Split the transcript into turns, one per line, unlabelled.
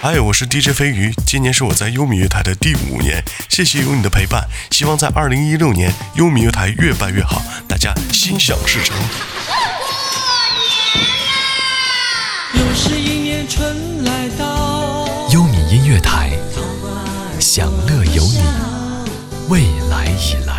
嗨，我是 DJ 飞鱼，今年是我在优米乐台的第五年，谢谢有你的陪伴，希望在二零一六年优米乐台越办越好，大家心想事成。
又是一年春来到，
优米音乐台，享乐有你，未来已来。